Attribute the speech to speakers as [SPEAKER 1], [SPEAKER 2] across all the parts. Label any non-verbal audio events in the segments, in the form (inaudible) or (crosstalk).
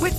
[SPEAKER 1] With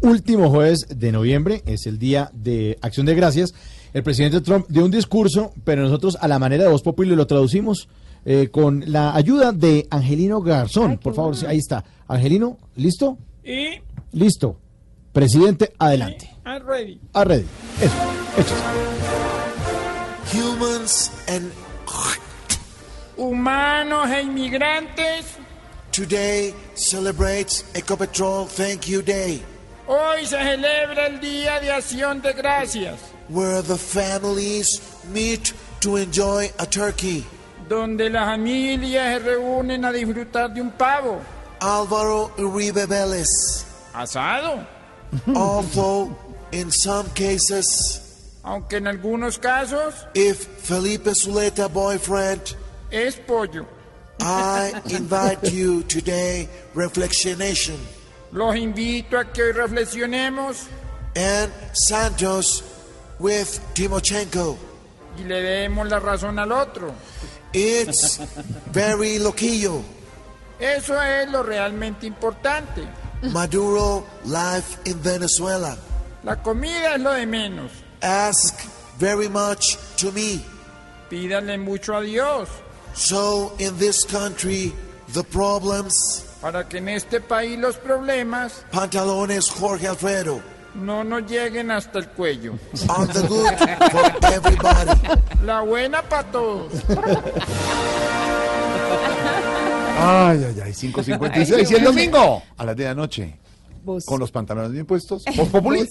[SPEAKER 2] último jueves de noviembre, es el día de Acción de Gracias. El presidente Trump dio un discurso, pero nosotros a la manera de Voz Popular lo traducimos eh, con la ayuda de Angelino Garzón. Por favor, sí, ahí está. Angelino, ¿listo?
[SPEAKER 3] Y
[SPEAKER 2] Listo. Presidente, adelante.
[SPEAKER 3] I'm ready.
[SPEAKER 2] A ready. Eso, eso es.
[SPEAKER 4] humans and
[SPEAKER 3] Humanos e inmigrantes,
[SPEAKER 4] today celebrates Ecopetrol Thank You Day,
[SPEAKER 3] hoy se celebra el Día de Acción de Gracias,
[SPEAKER 4] where the families meet to enjoy a turkey.
[SPEAKER 3] donde las familias se reúnen a disfrutar de un pavo
[SPEAKER 4] Alvaro Uribe Vélez.
[SPEAKER 3] asado,
[SPEAKER 4] Although, in some cases,
[SPEAKER 3] aunque en algunos casos
[SPEAKER 4] if Felipe Zuleta boyfriend,
[SPEAKER 3] es pollo.
[SPEAKER 4] I invite you today reflectionation.
[SPEAKER 3] Los invito a que hoy reflexionemos
[SPEAKER 4] And Santos with Timochenko.
[SPEAKER 3] y le demos la razón al otro.
[SPEAKER 4] It's very loquillo.
[SPEAKER 3] Eso es lo realmente importante.
[SPEAKER 4] Maduro life in Venezuela.
[SPEAKER 3] La comida es lo de menos.
[SPEAKER 4] ask very much to me.
[SPEAKER 3] Pídale mucho a Dios
[SPEAKER 4] So in this country, the problems,
[SPEAKER 3] para que en este país los problemas
[SPEAKER 4] pantalones Jorge Alfredo,
[SPEAKER 3] no nos lleguen hasta el cuello.
[SPEAKER 4] are the good for everybody.
[SPEAKER 3] La buena para todos.
[SPEAKER 5] Ay, ay, ay,
[SPEAKER 4] (laughs)
[SPEAKER 5] 5.56. Y el domingo, a las 10 de la noche, con los pantalones bien puestos, Voz Populi.